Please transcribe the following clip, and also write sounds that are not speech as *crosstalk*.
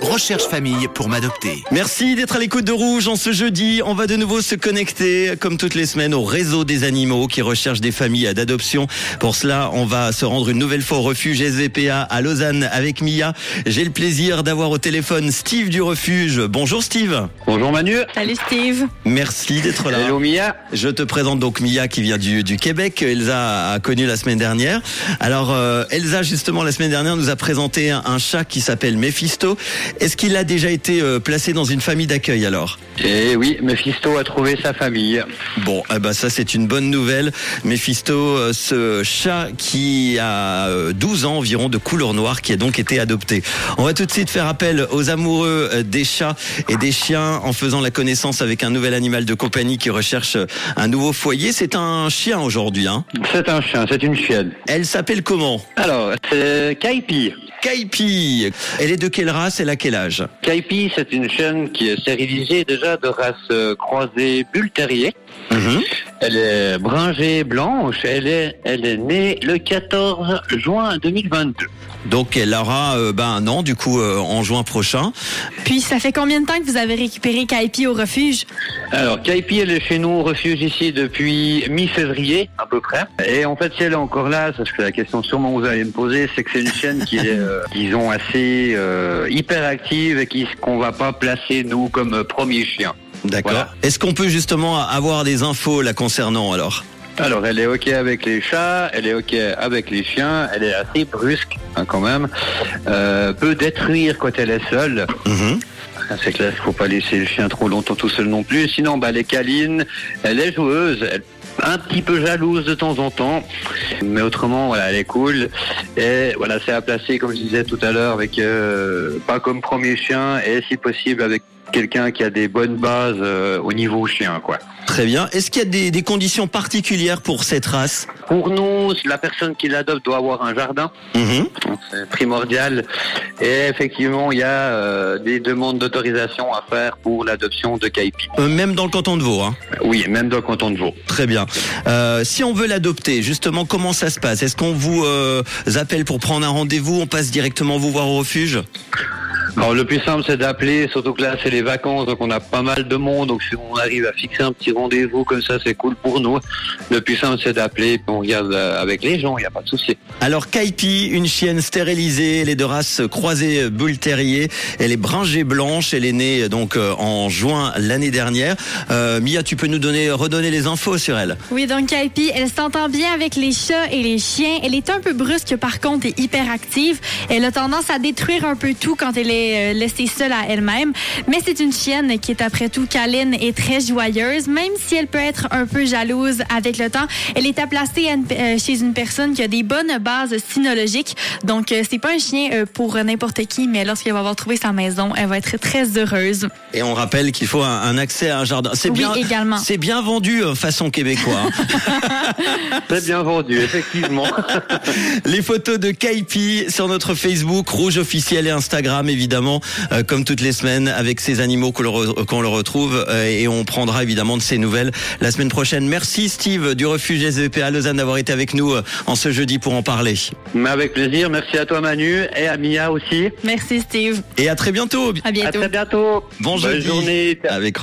Recherche famille pour m'adopter. Merci d'être à l'écoute de Rouge en ce jeudi. On va de nouveau se connecter, comme toutes les semaines, au réseau des animaux qui recherchent des familles d'adoption. Pour cela, on va se rendre une nouvelle fois au refuge SVPA à Lausanne avec Mia. J'ai le plaisir d'avoir au téléphone Steve du refuge. Bonjour Steve. Bonjour Manu. Salut Steve. Merci d'être là. Hello Mia. Je te présente donc Mia qui vient du, du Québec. Elsa a connu la semaine dernière. Alors euh, Elsa justement la semaine dernière nous a présenté un, un chat qui s'appelle Mephisto. Est-ce qu'il a déjà été euh, placé dans une famille d'accueil alors Eh oui, Mephisto a trouvé sa famille. Bon, eh ben ça c'est une bonne nouvelle. Mephisto, euh, ce chat qui a euh, 12 ans environ de couleur noire qui a donc été adopté. On va tout de suite faire appel aux amoureux euh, des chats et des chiens en faisant la connaissance avec un nouvel animal de compagnie qui recherche euh, un nouveau foyer. C'est un chien aujourd'hui. Hein. C'est un chien, c'est une chienne. Elle s'appelle comment Alors, c'est Kaipi. Kaipi. Elle est de quelle race Elle a quel âge Kaipi, c'est une chienne qui est stérilisée déjà de race euh, croisée bull terrier. Elle est bringée blanche. Elle est, elle est née le 14 juin 2022. Donc elle aura euh, ben, un an du coup euh, en juin prochain. Puis, ça fait combien de temps que vous avez récupéré Kaipi au refuge? Alors, Kaipi, elle est chez nous au refuge ici depuis mi-février, à peu près. Et en fait, si elle est encore là, parce que la question sûrement que vous allez me poser, c'est que c'est une chienne qui est, euh, *laughs* disons, assez euh, hyperactive et qui- qu'on va pas placer, nous, comme euh, premier chien. D'accord. Voilà. Est-ce qu'on peut justement avoir des infos la concernant alors Alors, elle est OK avec les chats, elle est OK avec les chiens, elle est assez brusque, hein, quand même. Euh, peut détruire quand elle est seule. Mhm. Ah, C'est clair, faut pas laisser le chien trop longtemps tout seul non plus. Sinon, bah, elle est câline, elle est joueuse, elle est un petit peu jalouse de temps en temps, mais autrement, voilà, elle est cool. Et voilà, c'est à placer, comme je disais tout à l'heure, avec euh, pas comme premier chien, et si possible avec quelqu'un qui a des bonnes bases euh, au niveau chien, quoi. Très bien. Est-ce qu'il y a des, des conditions particulières pour cette race Pour nous, la personne qui l'adopte doit avoir un jardin. Mhm. C'est primordial. Et effectivement, il y a euh, des demandes d'autorisation à faire pour l'adoption de Kaipi. Euh, Même dans le canton de Vaud. hein. Oui, même dans le canton de Vaud. Très bien. Euh, si on veut l'adopter, justement, comment ça se passe Est-ce qu'on vous euh, appelle pour prendre un rendez-vous On passe directement vous voir au refuge Alors, le plus simple, c'est d'appeler, surtout que là, c'est les vacances, donc on a pas mal de monde. Donc, si on arrive à fixer un petit rendez-vous comme ça, c'est cool pour nous. Le plus simple, c'est d'appeler, puis on regarde euh, avec les gens, il n'y a pas de souci. Alors, Kaipi, une chienne stérilisée, elle est de race croisée bull terrier, elle est bringée blanche, elle est née euh, donc euh, en juin l'année dernière. Euh, Mia, tu peux nous donner, redonner les infos sur elle Oui, donc Kaipi, elle s'entend bien avec les chats et les chiens. Elle est un peu brusque, par contre, et hyperactive. Elle a tendance à détruire un peu tout quand elle est euh, laissée seule à elle-même. Mais c'est une chienne qui est après tout câline et très joyeuse, même si elle peut être un peu jalouse avec le temps. Elle est à placer à une- euh, chez une personne qui a des bonnes bases sinologiques. Donc, euh, c'est pas un chien euh, pour n'importe qui, mais lorsqu'elle va avoir trouvé sa maison, elle va être très heureuse. Et on rappelle qu'il faut un, un accès à un jardin. C'est Oui, bien, également. c'est bien vendu euh, façon québécois. hein. C'est bien vendu, effectivement. Les photos de Kaipi sur notre Facebook, Rouge officiel et Instagram, évidemment, euh, comme toutes les semaines, avec ces animaux qu'on le, re- qu'on le retrouve. euh, et on prendra évidemment de ces nouvelles la semaine prochaine. Merci Steve du refuge SVP à Lausanne d'avoir été avec nous euh, en ce jeudi pour en parler. Mais avec plaisir, merci à toi, Manu, et à Mia aussi. Merci, Steve. Et à très bientôt. À bientôt. À très bientôt. Bon Bonne jeudi. journée. Avec